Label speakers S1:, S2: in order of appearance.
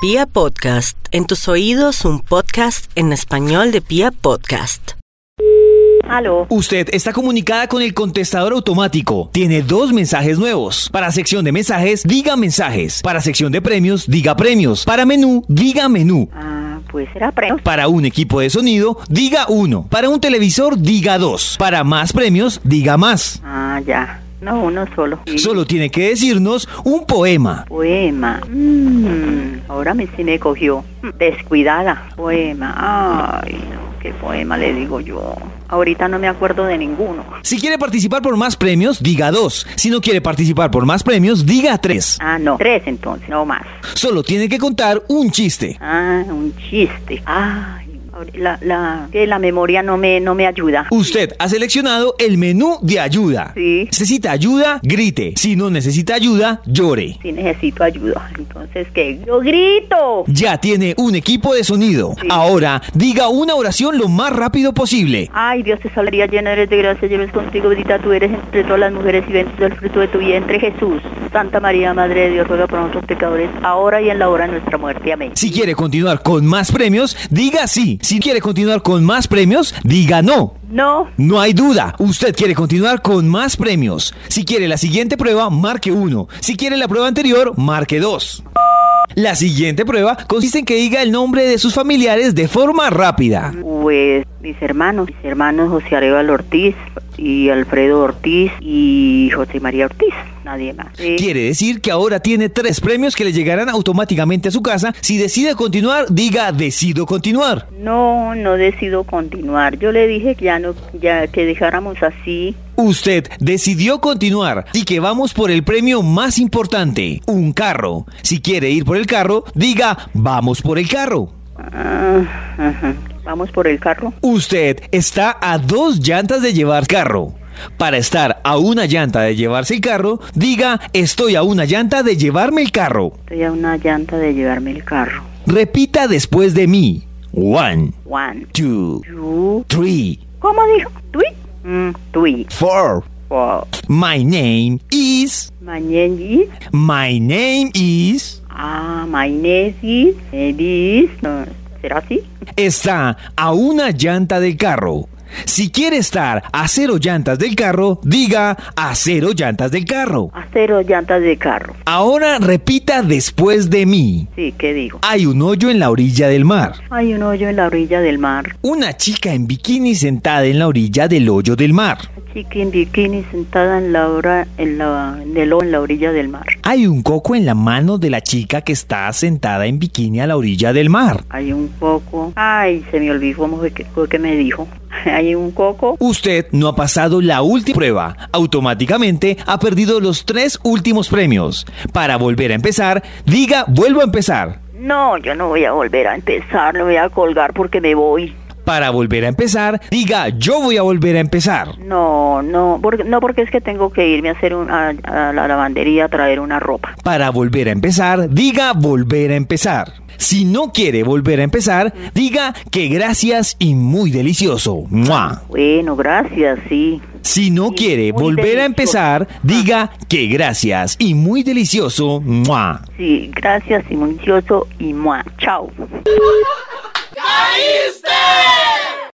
S1: Pia Podcast, en tus oídos un podcast en español de Pia Podcast.
S2: Aló.
S3: Usted está comunicada con el contestador automático. Tiene dos mensajes nuevos. Para sección de mensajes, diga mensajes. Para sección de premios, diga premios. Para menú, diga menú.
S2: Ah, pues era premio.
S3: Para un equipo de sonido, diga uno. Para un televisor, diga dos. Para más premios, diga más.
S2: Ah, ya. No, uno solo. Sí.
S3: Solo tiene que decirnos un poema.
S2: Poema. Mm, ahora me sí me cogió. Mm, Descuidada. Poema. Ay, no, qué poema le digo yo. Ahorita no me acuerdo de ninguno.
S3: Si quiere participar por más premios, diga dos. Si no quiere participar por más premios, diga tres.
S2: Ah, no. Tres entonces, no más.
S3: Solo tiene que contar un chiste.
S2: Ah, un chiste. Ay, ahor- la, la, que la memoria no me, no me ayuda.
S3: Usted ha seleccionado el menú de ayuda.
S2: Sí.
S3: Necesita ayuda, grite. Si no necesita ayuda, llore.
S2: Sí necesito ayuda. Entonces, ¿qué? Yo grito.
S3: Ya tiene un equipo de sonido.
S2: Sí.
S3: Ahora, diga una oración lo más rápido posible.
S2: Ay, Dios te salvaría llena eres de gracia, lleno eres contigo, bendita tú eres entre todas las mujeres y bendito el fruto de tu vientre, Jesús. Santa María, Madre de Dios, ruega por nosotros pecadores, ahora y en la hora de nuestra muerte. Amén.
S3: Si quiere continuar con más premios, diga sí. Si quiere continuar con más premios, diga no.
S2: No,
S3: No hay duda, usted quiere continuar con más premios. Si quiere la siguiente prueba, marque 1. Si quiere la prueba anterior, marque 2. La siguiente prueba consiste en que diga el nombre de sus familiares de forma rápida.
S2: pues mis hermanos, mis hermanos José Areval Ortiz y Alfredo Ortiz y José María Ortiz, nadie más. Eh, Sí.
S3: Quiere decir que ahora tiene tres premios que le llegarán automáticamente a su casa. Si decide continuar, diga decido continuar.
S2: No, no decido continuar. Yo le dije que ya no, ya que dejáramos así.
S3: Usted decidió continuar y que vamos por el premio más importante, un carro. Si quiere ir por el carro, diga vamos por el carro.
S2: Ah, ajá. Vamos por el carro.
S3: Usted está a dos llantas de llevar carro. Para estar a una llanta de llevarse el carro, diga estoy a una llanta de llevarme el carro.
S2: Estoy a una llanta de llevarme el carro.
S3: Repita después de mí. One,
S2: One,
S3: two,
S2: two.
S3: three,
S2: ¿Cómo dijo? Tweet. Mm, tweet.
S3: four.
S2: Oh,
S3: My name is.
S2: my name is.
S3: My name is.
S2: Ah, my name is. Maybe is. no, ¿Será así?
S3: Está a una llanta del carro. Si quiere estar a cero llantas del carro, diga a cero llantas del carro.
S2: Acero llantas de carro.
S3: Ahora repita después de mí.
S2: Sí, ¿qué digo?
S3: Hay un hoyo en la orilla del mar.
S2: Hay un hoyo en la orilla del mar.
S3: Una chica en bikini sentada en la orilla del hoyo del mar.
S2: Una chica en bikini sentada en la, hora, en, la, en, el, o- en la orilla del mar.
S3: Hay un coco en la mano de la chica que está sentada en bikini a la orilla del mar.
S2: Hay un coco. Ay, se me olvidó cómo fue que, fue que me dijo. Hay un coco.
S3: Usted no ha pasado la última prueba. Automáticamente ha perdido los tres últimos premios. Para volver a empezar, diga vuelvo a empezar.
S2: No, yo no voy a volver a empezar. Lo voy a colgar porque me voy.
S3: Para volver a empezar, diga yo voy a volver a empezar.
S2: No, no, porque, no porque es que tengo que irme a hacer un- a, a la lavandería a traer una ropa.
S3: Para volver a empezar, diga volver a empezar. Si no quiere volver a empezar, diga que gracias y muy delicioso. ¡Mua!
S2: Bueno, gracias, sí.
S3: Si no
S2: Y
S3: quiere
S2: muy
S3: volver a
S2: delicioso.
S3: empezar, diga que gracias y muy delicioso. ¡Mua!
S2: Sí, gracias y mucho y mua. Chao.
S4: ¡Caíste!